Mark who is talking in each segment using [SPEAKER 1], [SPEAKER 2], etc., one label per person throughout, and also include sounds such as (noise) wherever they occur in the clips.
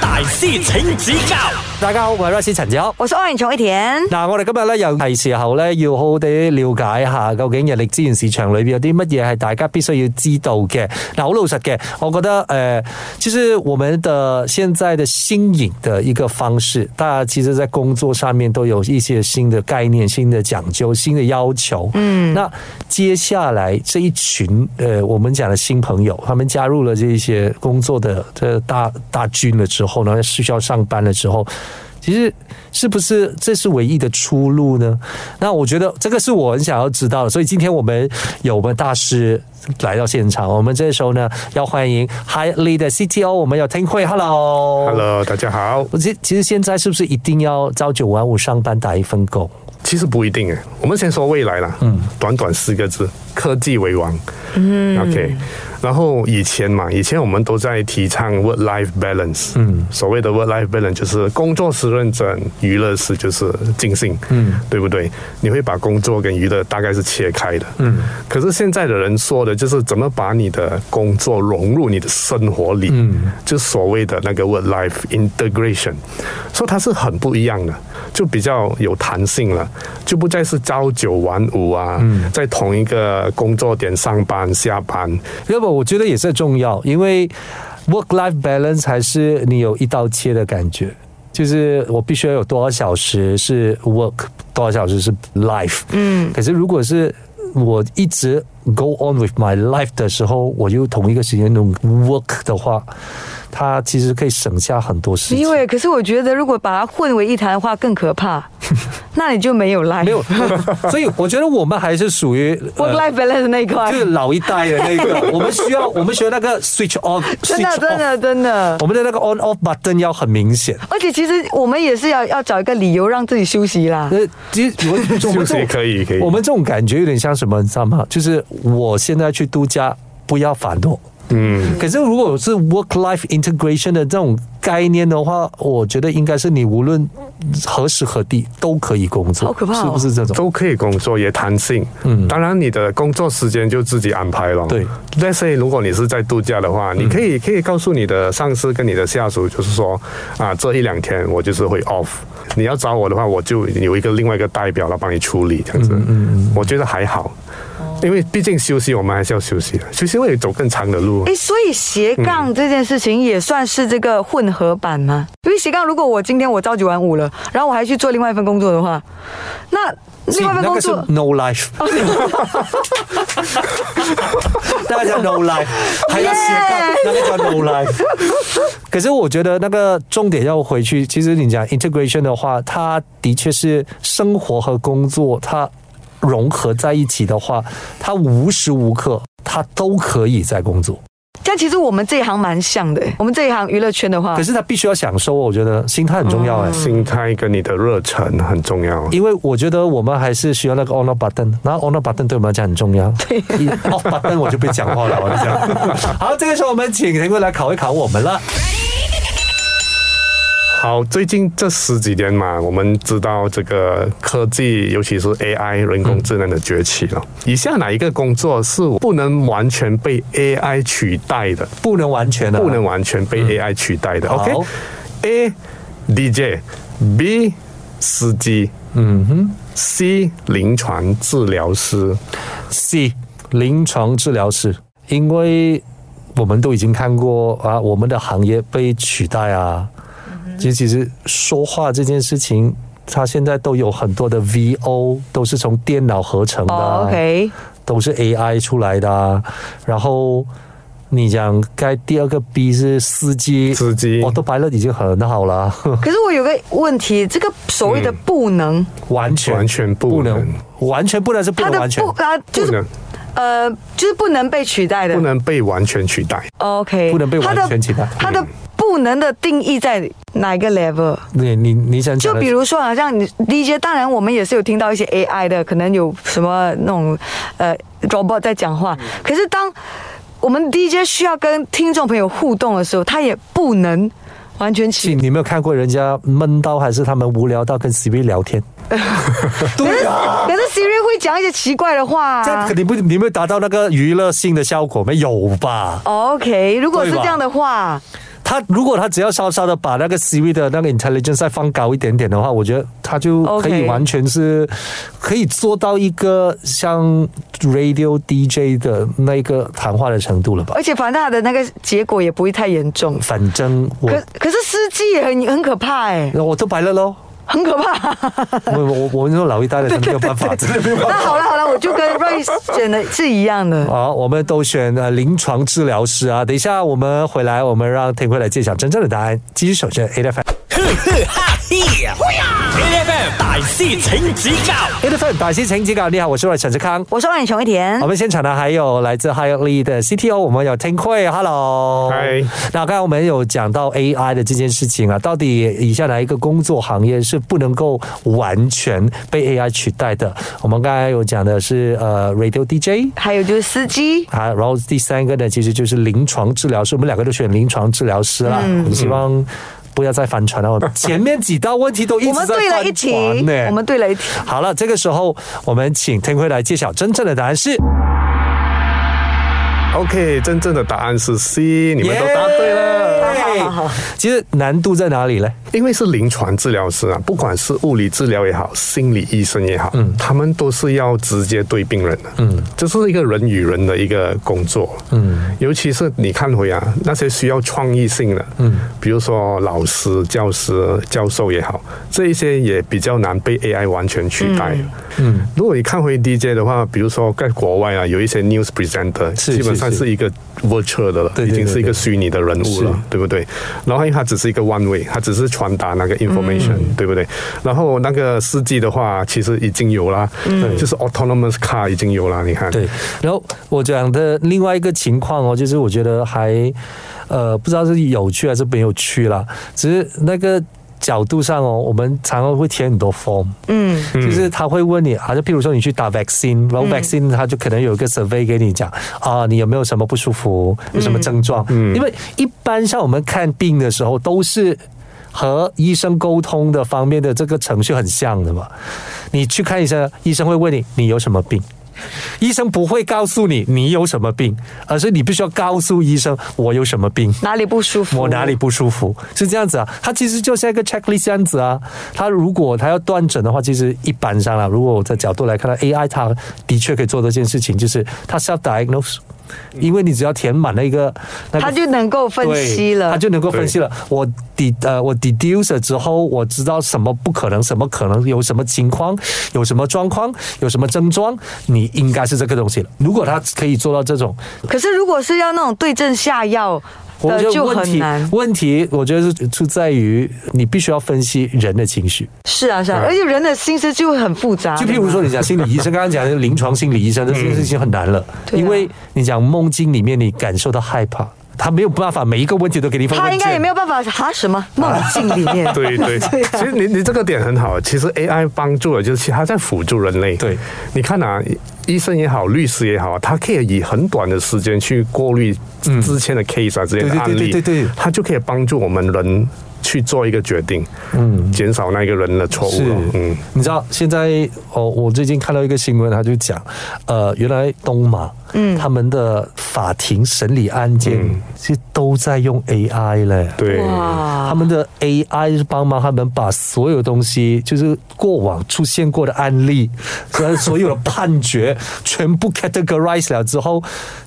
[SPEAKER 1] 大師請指教，
[SPEAKER 2] 大家好，我係 r i s 陳子豪。
[SPEAKER 3] 我是 Orange 一田，
[SPEAKER 2] 嗱，我哋今日咧又係時候咧，要好好地了解下究竟人力資源市場裏邊有啲乜嘢係大家必須要知道嘅。嗱，好老實嘅，我覺得誒、呃其實我們的現在的新穎的一個方式，大家其實在工作上面都有一些新的概念、新的講究、新的要求。嗯，那接下來這一群呃，我們講的新朋友，他們加入了這一些工作的這大大軍了之後呢，需要上班了之後。其实是不是这是唯一的出路呢？那我觉得这个是我很想要知道的，所以今天我们有我们大师来到现场，我们这时候呢要欢迎 High Lead 的 CTO，我们有听会，Hello。
[SPEAKER 4] Hello，大家好。
[SPEAKER 2] 我其其实现在是不是一定要朝九晚五上班打一份工？
[SPEAKER 4] 其实不一定诶，我们先说未来啦。嗯，短短四个字，科技为王。嗯，OK。然后以前嘛，以前我们都在提倡 work-life balance。嗯，所谓的 work-life balance 就是工作时认真，娱乐时就是尽兴。嗯，对不对？你会把工作跟娱乐大概是切开的。嗯，可是现在的人说的就是怎么把你的工作融入你的生活里。嗯，就所谓的那个 work-life integration，所以它是很不一样的。就比较有弹性了，就不再是朝九晚五啊，在同一个工作点上班下班。
[SPEAKER 2] 要不我觉得也是重要，因为 work life balance 还是你有一刀切的感觉，就是我必须要有多少小时是 work，多少小时是 life。嗯，可是如果是我一直 go on with my life 的时候，我就同一个时间用 work 的话，它其实可以省下很多时
[SPEAKER 3] 因
[SPEAKER 2] 间。
[SPEAKER 3] 为可是我觉得如果把它混为一谈的话更可
[SPEAKER 2] (laughs)
[SPEAKER 3] 怕，那你就没有 life，
[SPEAKER 2] 没有， (laughs) 所以我觉得我们还是属于
[SPEAKER 3] work
[SPEAKER 2] 呃
[SPEAKER 3] life balance 那一块
[SPEAKER 2] 就，是老一代的那
[SPEAKER 3] (laughs)
[SPEAKER 2] 个，我们需要我们需要那个 switch on，
[SPEAKER 3] 真的
[SPEAKER 2] switch
[SPEAKER 3] 真
[SPEAKER 2] off
[SPEAKER 3] 的真的。
[SPEAKER 2] 我们的那个 on off button 要很明显。
[SPEAKER 3] 而且其实我们也是要要找一个理由让自己休息啦。
[SPEAKER 2] 呃， (laughs) 其实我我
[SPEAKER 4] 休
[SPEAKER 2] 们
[SPEAKER 4] 息
[SPEAKER 2] 这
[SPEAKER 4] 可
[SPEAKER 2] 种
[SPEAKER 4] 以可以，
[SPEAKER 2] 我们这种感觉有点像什么，你知道吗？就是我现在去度假，不要反诺。
[SPEAKER 4] 嗯，
[SPEAKER 2] 可是如果是 work life integration 的这种概念的话，我觉得应该是你无论何时何地都可以工作，
[SPEAKER 3] 好可怕哦
[SPEAKER 2] 是不是这种？
[SPEAKER 4] 都可以工作也弹性。
[SPEAKER 2] 嗯
[SPEAKER 4] 当然你的工作时间就自己安排了。
[SPEAKER 2] 对，嗯
[SPEAKER 4] 但是如果你是在度假的话，你可以可以告诉你的上司跟你的下属，就是说啊，这一两天我就是会 off。你要找我的话，我就有一个另外一个代表来帮你处理，这样子，
[SPEAKER 2] 嗯
[SPEAKER 4] 我觉得还好，因为毕竟休息我们还是要休息的，休息会走更长的路。
[SPEAKER 3] 哎，所以斜
[SPEAKER 2] 嗯
[SPEAKER 3] 杠这件事情也算是这个混合版吗？因为斜杠，如果我今天我朝九晚五了，然后我还去做另外一份工作的话，那另外一份
[SPEAKER 2] 那
[SPEAKER 3] 工
[SPEAKER 2] 个是
[SPEAKER 3] 作
[SPEAKER 2] no (laughs) life，大家叫 no life，还要斜杠，那个叫 no life。可是我觉得那个重点要回去，其实你讲 integration 的话，它的确是生活和工作它融合在一起的话，它无时无刻它都可以在工作，
[SPEAKER 3] 但其实我们这一行蛮像的，我们这一行娱乐圈的话
[SPEAKER 2] 可，是它必须要享受哦。我觉得心态很重要哎。
[SPEAKER 4] 心态跟你的热忱很重要。
[SPEAKER 2] 因为我觉得我们还是需要那个 on off button，然后 on off button 对我们来讲很重要。对，off button 我就不讲话了，我就这样。好，这个时候我们请陈坤来考一考我们了。
[SPEAKER 4] 好，最近这十几年嘛，我们知道这个科技，尤其是 AI 人工智能的崛起了。以下哪一个工作是不能完全被 AI 取代的？
[SPEAKER 2] 不能完全的，啊
[SPEAKER 4] 不能完全被 AI 取代的。
[SPEAKER 2] 好
[SPEAKER 4] OK，A DJ，B 司机，嗯哼，C 临床治疗师。
[SPEAKER 2] C 临床治疗师，因为我们都已经看过啊，我们的行业被取代啊。其实，其实说话这件事情，它现在都有很多的 VO 都是从电脑合成的啊、
[SPEAKER 3] 哦，OK，
[SPEAKER 2] 都是 AI 出来的、啊。然后你讲该第二个 B 是司机，
[SPEAKER 4] 司机
[SPEAKER 2] 我都白了已经很好了 (laughs) 啊，
[SPEAKER 3] 可是我有个问题，这个所谓的
[SPEAKER 2] 嗯
[SPEAKER 3] 不能，
[SPEAKER 2] 完全
[SPEAKER 4] 完全不能
[SPEAKER 2] 能，完全不能是不
[SPEAKER 3] 它
[SPEAKER 2] 能
[SPEAKER 3] 的
[SPEAKER 2] 完全
[SPEAKER 3] 不。啊，就
[SPEAKER 4] 不
[SPEAKER 3] 是
[SPEAKER 4] 能
[SPEAKER 3] 呃，就是不能被取代的。
[SPEAKER 4] 不能被完全取代。
[SPEAKER 3] OK，
[SPEAKER 2] 不能被完
[SPEAKER 3] 它的
[SPEAKER 2] 全取代嗯
[SPEAKER 3] 它的不能的定义在哪一个 level？
[SPEAKER 2] 你你你想讲
[SPEAKER 3] 就
[SPEAKER 2] 的
[SPEAKER 3] 比如说，好像你 DJ，当然我们也是有听到一些 AI 的，可能有什么那种呃 robot 在讲话。
[SPEAKER 2] 嗯
[SPEAKER 3] 可是当我们 DJ 需要跟听众朋友互动的时候，他也不能完全起
[SPEAKER 2] 你有没有看过人家闷到，还是他们无聊到跟 Siri 聊天？对啊，
[SPEAKER 3] 可是 Siri 会讲一些奇怪的话、
[SPEAKER 2] 这样
[SPEAKER 3] 啊。
[SPEAKER 2] 你不你有没有达到那个娱乐性的效果？没有吧？
[SPEAKER 3] OK，如果是
[SPEAKER 2] 对吧
[SPEAKER 3] 这样的话，
[SPEAKER 2] 他如果他只要稍稍的把那个 Siri 的那个 intelligence 再放高一点点的话，我觉得他就可
[SPEAKER 3] OK
[SPEAKER 2] 以完全是可以做到一个像 radio DJ 的那一个谈话的程度了吧
[SPEAKER 3] 而？且反正他的那个结果也不会太严重。
[SPEAKER 2] 反正我
[SPEAKER 3] 可可是司机也很很可怕
[SPEAKER 2] (laughs)
[SPEAKER 3] 哎、
[SPEAKER 2] 我都白了喽，
[SPEAKER 3] 很可怕。
[SPEAKER 2] 我我我们这种老一代的真的没有办法，真的没有办法。
[SPEAKER 3] 那 (laughs) 好了好了，我就跟 Royce 选的是一样的。
[SPEAKER 2] 哦好，我们都选呃临床治疗师啊。等一下我们回来，我们让天辉来揭晓真正的答案。继续守着 A F M。
[SPEAKER 1] 呵呵哈嘿，A F M 大师请指教
[SPEAKER 2] A F M 大师请指教，你好，我是我陈志康。
[SPEAKER 3] 我是万琼一田
[SPEAKER 2] 我，们现场呢还有来自 h i g h l e 的 CTO，我们有 t i n k u i h e l l o
[SPEAKER 4] 嗨
[SPEAKER 2] 那刚才我们有讲到 AI 的这件事情啊，到底以下哪一个工作行业是不能够完全被 AI 取代的？我们刚才有讲的是呃 radio DJ。
[SPEAKER 3] 还有就是司机。
[SPEAKER 2] 啊，然后第三个呢，其实就是临床治疗师，我们两个都选临床治疗师啦。
[SPEAKER 3] 嗯
[SPEAKER 2] 我们希望不要再翻船了。前面几道问题都一
[SPEAKER 3] 我
[SPEAKER 2] 直
[SPEAKER 3] 们
[SPEAKER 2] 在
[SPEAKER 3] 对了一
[SPEAKER 2] 翻
[SPEAKER 3] 题
[SPEAKER 2] 船呢、，
[SPEAKER 3] 我们对了一题。
[SPEAKER 2] 好了，这个时候我们请天辉来揭晓真正的答案是。
[SPEAKER 4] OK，真正的答案是 C，你们都答对了。
[SPEAKER 2] 耶
[SPEAKER 3] 好好好
[SPEAKER 2] 其实难度在哪里呢？
[SPEAKER 4] 因为是临床治疗师啊，不管是物理治疗也好，心理医生也好，嗯，他们都是要直接对病人的，嗯，这是一个人与人的一个工作，嗯，尤其是你看回啊，那些需要创意性的，嗯，比如说老师、教师、教授也好，这一些也比较难被 AI 完全取代，嗯，如果你看回 DJ 的话，比如说在国外啊，有一些 news presenter，
[SPEAKER 2] 是
[SPEAKER 4] 基本上
[SPEAKER 2] 是是
[SPEAKER 4] 是一个 virtual 的了，
[SPEAKER 2] 对对
[SPEAKER 4] 已经是
[SPEAKER 2] 对对
[SPEAKER 4] 一个虚拟的人物
[SPEAKER 2] 是
[SPEAKER 4] 了。对不对？然后因为它只是一个 one way，它只是传达那
[SPEAKER 2] 嗯
[SPEAKER 4] 个 information，、对不对？然后那个司机的话，其实已经有啦，就是 autonomous car 已经有啦，你看。
[SPEAKER 2] 嗯对，然后我讲的另外一个情况哦，就是我觉得还呃不知道是有趣还是没有趣啦，只是那个。角度上哦，我们常常会填很多 form，
[SPEAKER 3] 嗯，
[SPEAKER 2] 就是他会问你，好像譬如说你去打 vaccine，然后 vaccine 他就可能有一个 survey 给你讲啊，你有没有什么不舒服，有什么症状？因为一般像我们看病的时候都是。和医生沟通的方面的这个程序很像的嘛，你去看医生，医生会问你你有什么病，医生不会告诉你你有什么病，而是你必须要告诉医生我有什么病。
[SPEAKER 3] 哪里不舒服？
[SPEAKER 2] 我哪里？不舒服，是这样子啊。它其实就像一个 checklist 这样子啊。它如果它要断诊的话，其实一般上啦，如果我的角度来看到 AI，它的确可以做这件事情，就是它 self diagnose，因为你只要填满那个，那个
[SPEAKER 3] 他就能够分析
[SPEAKER 2] 对
[SPEAKER 3] 了。
[SPEAKER 2] 他就能够分析了。我 d 呃，我 deduce 了之后，我知道什么不可能，什么可能，有什么情况，有什么状况，有什么症状，你应该是这个东西了。如果他可以做到这种，
[SPEAKER 3] 可是如果是要那种对症下药
[SPEAKER 2] 我
[SPEAKER 3] 的，
[SPEAKER 2] 觉得
[SPEAKER 3] 呃就
[SPEAKER 2] 问
[SPEAKER 3] 很
[SPEAKER 2] 题
[SPEAKER 3] 难。
[SPEAKER 2] 问题，我觉得是出在于你必须要分析人的情绪。
[SPEAKER 3] 是啊，是啊，而且人的心思就很复杂。
[SPEAKER 2] 就譬如说，你讲心理医生，刚刚讲的临床心理医生，这件事情很难了，
[SPEAKER 3] 嗯对啊
[SPEAKER 2] 因为你讲梦境里面你感受到害怕，他没有办法每一个问题都给你放
[SPEAKER 3] 他
[SPEAKER 2] 问
[SPEAKER 3] 应该也
[SPEAKER 2] 卷
[SPEAKER 3] 没。有办法哈什
[SPEAKER 2] (laughs)
[SPEAKER 3] 么梦境里面。啊
[SPEAKER 4] 对对，
[SPEAKER 3] (laughs)
[SPEAKER 2] 啊
[SPEAKER 4] 其实你你这个点很好，其实 AI 帮助了，就是它在辅助人类。
[SPEAKER 2] 对，
[SPEAKER 4] 你看啊，医生也好，律师也好，他可以以很短的时间去过滤之前的 case 啊，之前的案例，
[SPEAKER 2] 嗯对对对对对
[SPEAKER 4] 他就可以帮助我们人去做一个决定，嗯，减少那个人的错误
[SPEAKER 2] 是
[SPEAKER 4] 了，，嗯。
[SPEAKER 2] 你知道现在哦，我最近看到一个新闻，他就讲，呃，原来东马，嗯，他们的法庭审理案件、其实都在用 AI 嘞，
[SPEAKER 4] 对，
[SPEAKER 3] 哇
[SPEAKER 2] 他们的 AI 是帮忙他们把所有东西，就是过往出现过的案例，所以所有的判决全部 categorize 了之后，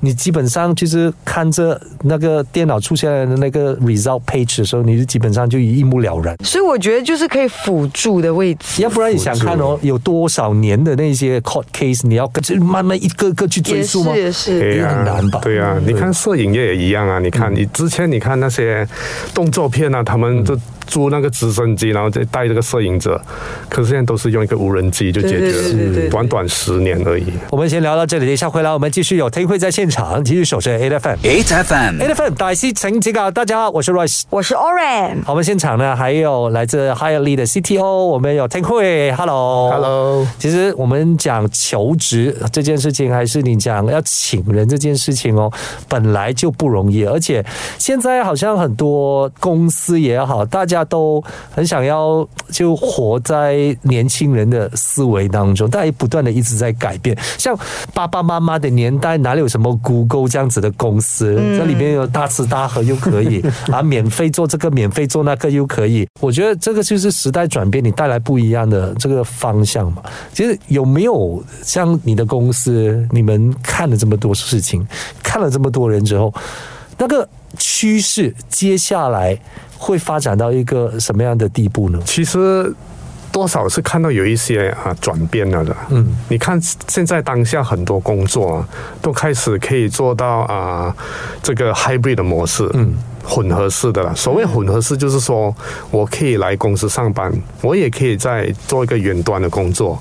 [SPEAKER 2] 你基本上就是看着那个电脑出现的那个 result page 的时候，你就基本上就一目了然。
[SPEAKER 3] 所以我觉得就是可以辅助的位置。
[SPEAKER 2] 要不然你想看哦，有多少年的那些 court case，你要跟就慢慢一个个去追
[SPEAKER 3] 也
[SPEAKER 2] 溯
[SPEAKER 3] 是
[SPEAKER 2] 吗？
[SPEAKER 3] 也是，
[SPEAKER 2] 也很难吧
[SPEAKER 4] 对
[SPEAKER 3] 嗯
[SPEAKER 4] 啊，你看摄影业也一样啊。你看，你之前你看那些动作片啊，他们就租那个直升机，然后再带这个摄影者，可是现在都是用一个无人机就解决
[SPEAKER 3] 对对对对对对
[SPEAKER 4] 了，短短十年而已。
[SPEAKER 2] 我们先聊到这里，等一下回来我们继续有听会在现场，继续守着 A F M。
[SPEAKER 1] 8FM
[SPEAKER 2] A F M 大师请指教，大家好，我是 Royce。
[SPEAKER 3] 我是 Oran，
[SPEAKER 2] 好我们现场呢还有来自 Higher Lee 的 CTO，我们有 t a n k h e l l o h e l l o
[SPEAKER 4] Hello，
[SPEAKER 2] 其实我们讲求职这件事情，还是你讲要请人这件事情哦，本来就不容易，而且现在好像很多公司也好，大家都很想要就活在年轻人的思维当中，大家不断的一直在改变。像爸爸妈妈的年代，哪里有什么 Google 这样子的公司？这里面有大吃大喝又可以啊，免费做这个，免费做那个又可以。我觉得这个就是时代转变，你带来不一样的这个方向嘛。其实有没有像你的公司，你们看了这么多事情，看了这么多人之后，那个趋势接下来会发展到一个什么样的地步呢？
[SPEAKER 4] 其实多少是看到有一些啊转变了的。嗯，你看现在当下很多工作、啊、都开始可以做到啊这个 hybrid 的模式。嗯。混合式的啦，所谓混合式就是说，我可以来公司上班，我也可以在做一个远端的工作，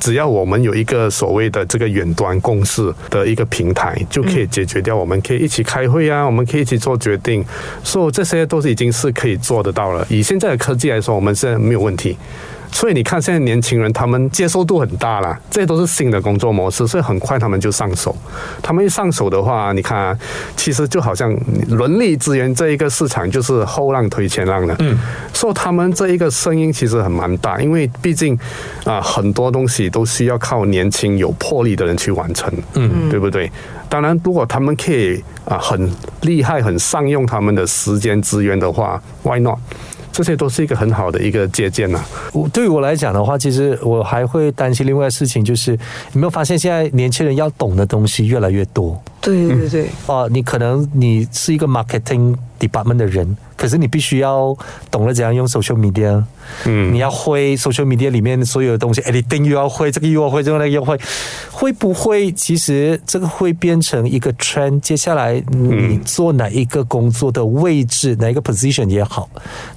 [SPEAKER 4] 只要我们有一个所谓的这个远端共识的一个平台，就可以解决掉。我们可以一起开会啊，我们可以一起做决定，所以这些都是已经是可以做得到了。以现在的科技来说，我们是没有问题。所以你看，现在年轻人他们接受度很大啦，这都是新的工作模式，所以很快他们就上手。他们一上手的话，你看、啊，其实就好像人力资源这一个市场就是后浪推前浪的，嗯，所以他们这一个声音其实很蛮大，因为毕竟啊、很多东西都需要靠年轻有魄力的人去完成，嗯，对不对？当然，如果他们可以啊、很厉害、很善用他们的时间资源的话，Why not？这些都是一个很好的一个借鉴呐、
[SPEAKER 2] 我对于我来讲的话，其实我还会担心另外的事情，就是你有没有发现现在年轻人要懂的东西越来越多
[SPEAKER 3] 对对对，
[SPEAKER 2] 哦、你可能你是一个 marketing department 的人，可是你必须要懂得怎样用 social media，嗯，你要会 social media 里面所有的东西，editing 又要会，这个又要会，这个那个又要会，会不会其实这个会变成一个 trend？接下来你做哪一个工作的位置，哪一个 position 也好，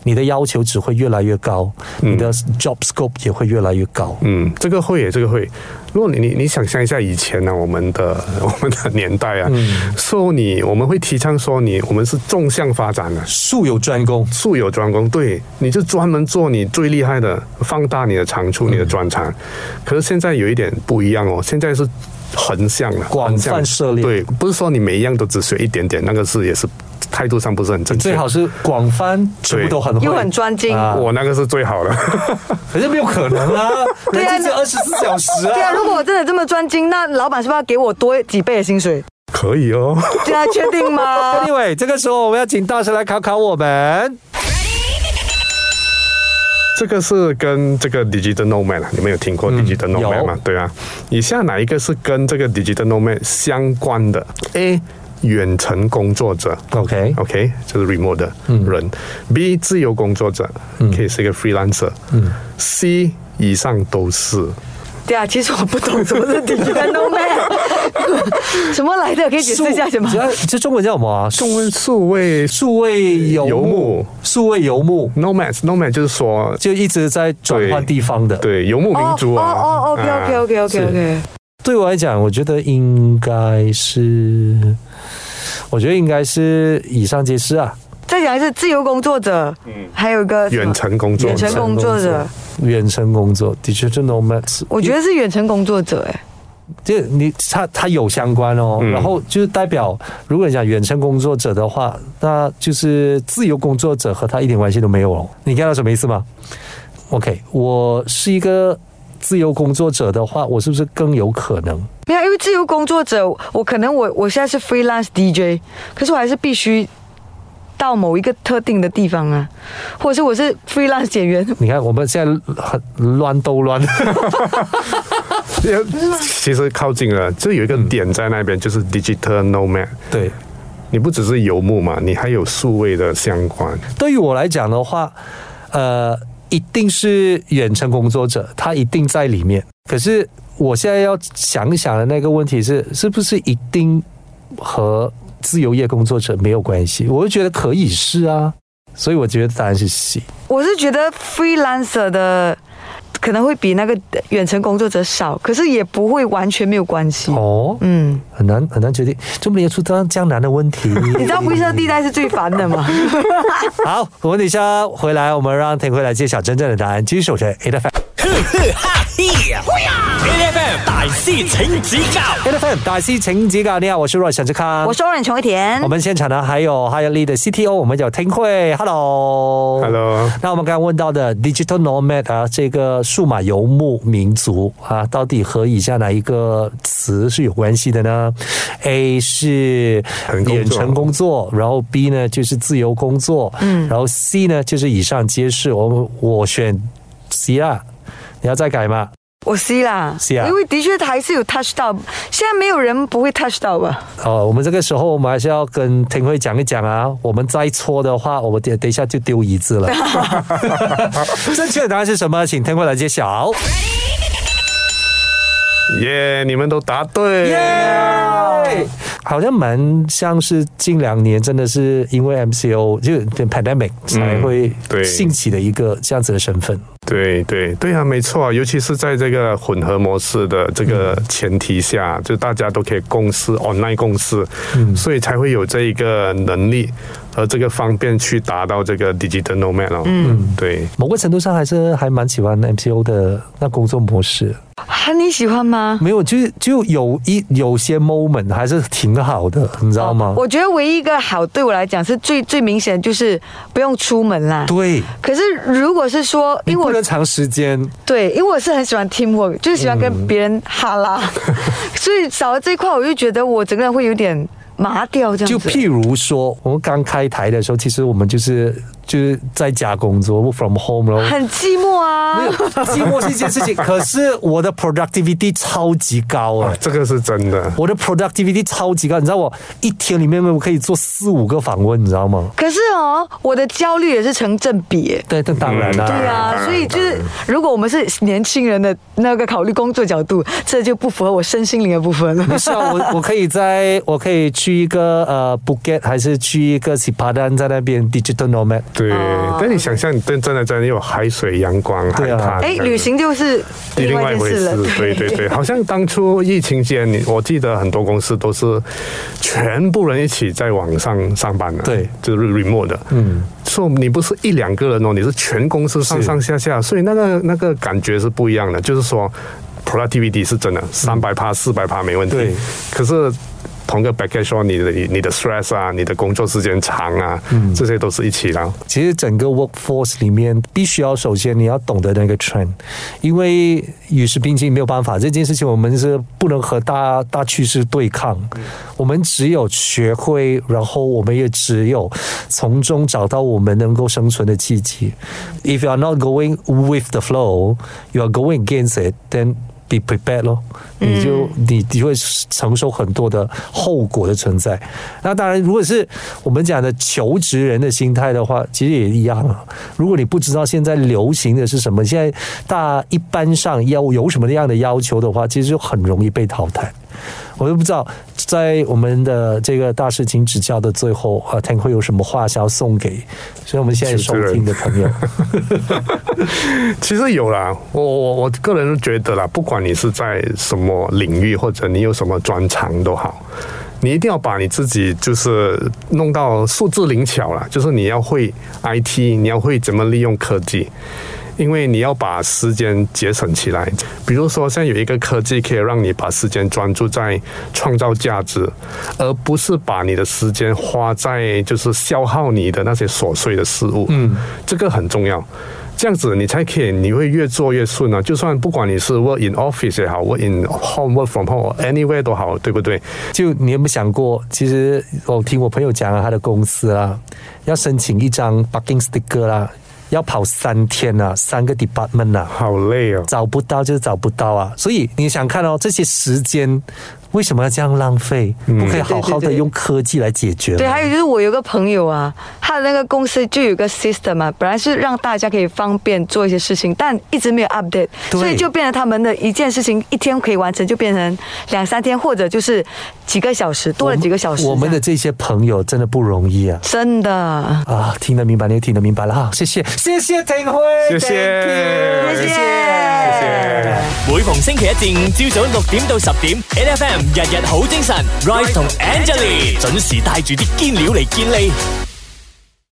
[SPEAKER 2] 你的要求只会越来越高，你的 job scope 也会越来越高。
[SPEAKER 4] 嗯，这个会耶，这个会。如果你你你想象一下以前啊呢、我们的 (laughs) 我们的年代啊，
[SPEAKER 2] 嗯
[SPEAKER 4] 说、你我们会提倡说你我们是纵向发展的，
[SPEAKER 2] 术有专攻，
[SPEAKER 4] 术有专攻，对，你就专门做你最厉害的，放大你的长处，你的专长。
[SPEAKER 2] 嗯
[SPEAKER 4] 可是现在有一点不一样哦，现在是横向的，
[SPEAKER 2] 广泛
[SPEAKER 4] 横向
[SPEAKER 2] 涉猎
[SPEAKER 4] 对，不是说你每一样都只学一点点，那个是也是态度上不是很正确。
[SPEAKER 2] 最好是广泛，全部都很会，
[SPEAKER 3] 又很专精。
[SPEAKER 2] 啊
[SPEAKER 4] 我那个是最好的。
[SPEAKER 2] 可是没有可能啊，
[SPEAKER 3] (laughs) 对啊
[SPEAKER 2] 人家只有二十四小时
[SPEAKER 3] 对啊，
[SPEAKER 2] 啊。
[SPEAKER 3] 如果我真的这么专精，那老板是不是要给我多几倍的薪
[SPEAKER 2] (laughs)
[SPEAKER 3] 水？
[SPEAKER 4] 可以哦。
[SPEAKER 3] 对啊，确定吗？
[SPEAKER 2] Anyway，这个时候我们要请大师来考考我们。
[SPEAKER 4] 这个是跟这个 digital nomad，啊你们有听过 digital nomad 吗？
[SPEAKER 2] 有
[SPEAKER 4] 对啊，以下哪一个是跟这个 digital nomad 相关的？A. 远程工作者
[SPEAKER 2] OK，
[SPEAKER 4] ，OK，就是 remote 的人、b 自由工作者，可以是一个 freelancer。C 以上都是，
[SPEAKER 3] 对啊，其实我不懂什么是 digital nomad，什么来的？可以解释一下行吗
[SPEAKER 2] 数？这中文叫什么啊？
[SPEAKER 4] 中文数位
[SPEAKER 2] 数位游
[SPEAKER 4] 游牧
[SPEAKER 2] 数位游牧
[SPEAKER 4] nomads，nomad 就是说，
[SPEAKER 2] 就一直在转换
[SPEAKER 4] 对
[SPEAKER 2] 地方的。
[SPEAKER 4] 对游牧民族啊。
[SPEAKER 3] 哦哦，OK OK
[SPEAKER 4] 啊
[SPEAKER 3] OK OK OK，
[SPEAKER 2] 对我来讲，我觉得应该是，我觉得应该是以上皆是啊。
[SPEAKER 3] 再讲一次，自由工作者，还有一个什么
[SPEAKER 4] 远程工作
[SPEAKER 3] 远
[SPEAKER 4] 者，
[SPEAKER 3] 程工作者，
[SPEAKER 2] 嗯远程工作 （digital nomads），
[SPEAKER 3] 我觉得是远程工作者，哎，
[SPEAKER 2] 这你它它有相关哦，然后就是代表，如果你讲远程工作者的话，那就是自由工作者和他一点关系都没有哦。你看到什么意思吗？OK，我是一个自由工作者的话，我是不是更有可能？
[SPEAKER 3] 没有，因为自由工作者，我可能我我现在是 freelance DJ，可是我还是必须到某一个特定的地方啊，或者是我是 freelance 演员，
[SPEAKER 2] 你看我们现在很乱兜乱， (laughs)
[SPEAKER 4] 也其实靠近了，就有一个点在那边，就是 digital nomad。
[SPEAKER 2] 对。
[SPEAKER 4] 你不只是游牧嘛，你还有数位的相关。
[SPEAKER 2] 对于我来讲的话，呃，一定是远程工作者，他一定在里面。可是我现在要想一想的那个问题是，是不是一定和自由业工作者没有关系？我就觉得可以是啊。所以我觉得答案是 C。
[SPEAKER 3] 我是觉得 freelancer 的可能会比那个远程工作者少，可是也不会完全没有关系。
[SPEAKER 2] 哦，
[SPEAKER 3] 嗯，
[SPEAKER 2] 很难很难决定，就没有出这样这样难的问题。
[SPEAKER 3] (laughs) 你知道灰色地带是最烦的嘛？
[SPEAKER 2] (laughs) 好，我们等一下回来，我们让田辉来揭晓真正的答案。继续守着 A F M，A
[SPEAKER 1] 哈嘿呀！A F M 大师请指教
[SPEAKER 2] F M 大师请指教。你好，我是 Roy 沈志康。
[SPEAKER 3] 我收人穷一点
[SPEAKER 2] 我。们现场呢还有还有力的 CTO，我们有听会，Hello。
[SPEAKER 4] Hello
[SPEAKER 2] 那我们刚刚问到的 Digital Nomad 啊，这个数码游牧民族啊，到底和以下哪一个词是有关系的呢？A 是
[SPEAKER 4] 远程工作
[SPEAKER 2] 远程工作，然后 B 呢就是自由工作，嗯，然后 C 呢就是以上皆是。我我选 C 啦，你要再改吗？
[SPEAKER 3] 我 C 啦
[SPEAKER 2] C 啊
[SPEAKER 3] 因为的确还是有 touch 到，现在没有人不会 touch 到吧？
[SPEAKER 2] 哦，我们这个时候我们还是要跟听会讲一讲啊，我们再错的话，我们等等一下就丢椅子
[SPEAKER 3] (laughs)
[SPEAKER 2] 了。正确的答案是什么？请听会来揭晓。
[SPEAKER 4] 耶你们都答对。
[SPEAKER 2] 耶！好像蛮像是近两年真的是因为 MCO 就 pandemic 才会
[SPEAKER 4] 对
[SPEAKER 2] 兴起的一个这样子的身份。
[SPEAKER 4] 对对对啊，没错啊，尤其是在这个混合模式的这个前提下，就大家都可以共识 online 共识，所以才会有这一个能力和这个方便去达到这个 digital nomad 哦。嗯，对，
[SPEAKER 2] 某个程度上还是还蛮喜欢 MCO 的那工作模式，
[SPEAKER 3] 啊，你喜欢吗？
[SPEAKER 2] 没有就就有一有些 moment 还是挺好的，你知道哦吗？
[SPEAKER 3] 哦我觉得唯一一个好对我来讲是最最明显的就是不用出门啦。
[SPEAKER 2] 对，
[SPEAKER 3] 可是如果是说，
[SPEAKER 2] 你
[SPEAKER 3] 因为
[SPEAKER 2] 不
[SPEAKER 3] 我
[SPEAKER 2] 能长时间。
[SPEAKER 3] 对，因为我是很喜欢 teamwork，就是喜欢跟别人哈拉，
[SPEAKER 2] 嗯
[SPEAKER 3] (laughs) 所以少了这一块，我就觉得我整个人会有点麻掉这
[SPEAKER 2] 就
[SPEAKER 3] 样子。
[SPEAKER 2] 譬如说，我们刚开台的时候，其实我们就是就是在家工作，work from home
[SPEAKER 3] (laughs)
[SPEAKER 2] 然后
[SPEAKER 3] 很寂寞啊
[SPEAKER 2] 没，有寂寞是一件事情，可是我的 productivity 超级高啊
[SPEAKER 4] 哇，！这个是真的。
[SPEAKER 2] 我的 productivity 超级高，你知道我一天里面我可以做四五个访问，你知道吗？
[SPEAKER 3] 可是哦，我的焦虑也是成正比耶。
[SPEAKER 2] 对，这当然啦、
[SPEAKER 3] 对啊，所以就是，如果我们是年轻人的那个考虑工作角度，这就不符合我身心灵的部分了。
[SPEAKER 2] 是啊，我我可以在我可以去一个呃 Phuket，还是去一个 s i p a d a n 在那边 digital nomad。
[SPEAKER 4] 对，但你想象，你真真的真的有海水、阳光、海
[SPEAKER 2] 对啊
[SPEAKER 4] 滩，
[SPEAKER 3] 哎，旅行就是另
[SPEAKER 4] 另
[SPEAKER 3] 外
[SPEAKER 4] 外
[SPEAKER 3] 一件
[SPEAKER 4] 一回
[SPEAKER 3] 事
[SPEAKER 4] 事
[SPEAKER 3] 了。，
[SPEAKER 4] 对对对，好像当初疫情期间，你我记得很多公司都是全部人一起在网上上班的，
[SPEAKER 2] 对
[SPEAKER 4] 就是 remote 的，嗯，所以你不是一两个人哦，你是全公司上
[SPEAKER 2] 是
[SPEAKER 4] 上下下，所以那个那个感觉是不一样的，就是说 productivity 是真的，三百趴、四百趴没问题，
[SPEAKER 2] 对
[SPEAKER 4] 可是。同个 package 说你的你的 stress 啊，你的工作时间长啊，这些都是一起啦。
[SPEAKER 2] 其实整个 workforce 里面，必须要首先你要懂得那个 trend，因为与时并进没有办法，这件事情我们是不能和大大趋势对抗，我们只有学会，然后我们也只有从中找到我们能够生存的契机。If you are not going with the flow, you are going against it, then be prepared 咯，你就你你会承受很多的后果的存在。那当然，如果是我们讲的求职人的心态的话，其实也一样啊。如果你不知道现在流行的是什么，现在大一般上要有什么样的要求的话，其实就很容易被淘汰。我都不知道，在我们的这个大事情指教的最后啊，他会有什么话想要送给，所以我们现在收听的朋友，
[SPEAKER 4] 其实有啦，我我我个人觉得啦，不管你是在什么领域或者你有什么专长都好，你一定要把你自己就是弄到数字灵巧啦，就是你要会 IT，你要会怎么利用科技。因为你要把时间节省起来，比如说现在有一个科技可以让你把时间专注在创造价值，而不是把你的时间花在就是消耗你的那些琐碎的事物。嗯，这个很重要。这样子你才可以，你会越做越顺啊！就算不管你是 work in office 也好，work in home、work from home、anywhere 都好，对不对？
[SPEAKER 2] 就你有没有想过，其实我听我朋友讲啊，他的公司啊，要申请一张 parking sticker 啦、要跑三天啊，三个 department 啊，
[SPEAKER 4] 好累哦。
[SPEAKER 2] 找不到就是找不到啊。所以你想看哦，这些时间为什么要这样浪费？不可以好好
[SPEAKER 3] 对对
[SPEAKER 2] 的
[SPEAKER 3] 对
[SPEAKER 2] 用科技来解决吗？
[SPEAKER 3] 对，还有就是我有个朋友啊，他的那个公司就有一个 system 嘛，本来是让大家可以方便做一些事情，但一直没有 update，
[SPEAKER 2] 对
[SPEAKER 3] 所以就变成他们的一件事情一天可以完成，就变成两三天或者就是几个小时，多了几个小时这
[SPEAKER 2] 我
[SPEAKER 3] 样。
[SPEAKER 2] 们。我们的这些朋友真的不容易啊。
[SPEAKER 3] 真的，
[SPEAKER 2] 啊，听得明白，你听得明白了哈，谢谢，谢谢廷辉，
[SPEAKER 4] 谢谢
[SPEAKER 2] thank you
[SPEAKER 4] 谢谢
[SPEAKER 3] 谢
[SPEAKER 4] 谢
[SPEAKER 1] 每逢星期一至五朝早六點到十點，N F M 日日好精神，Rise 同 Angelie 準時帶住啲堅料嚟健利。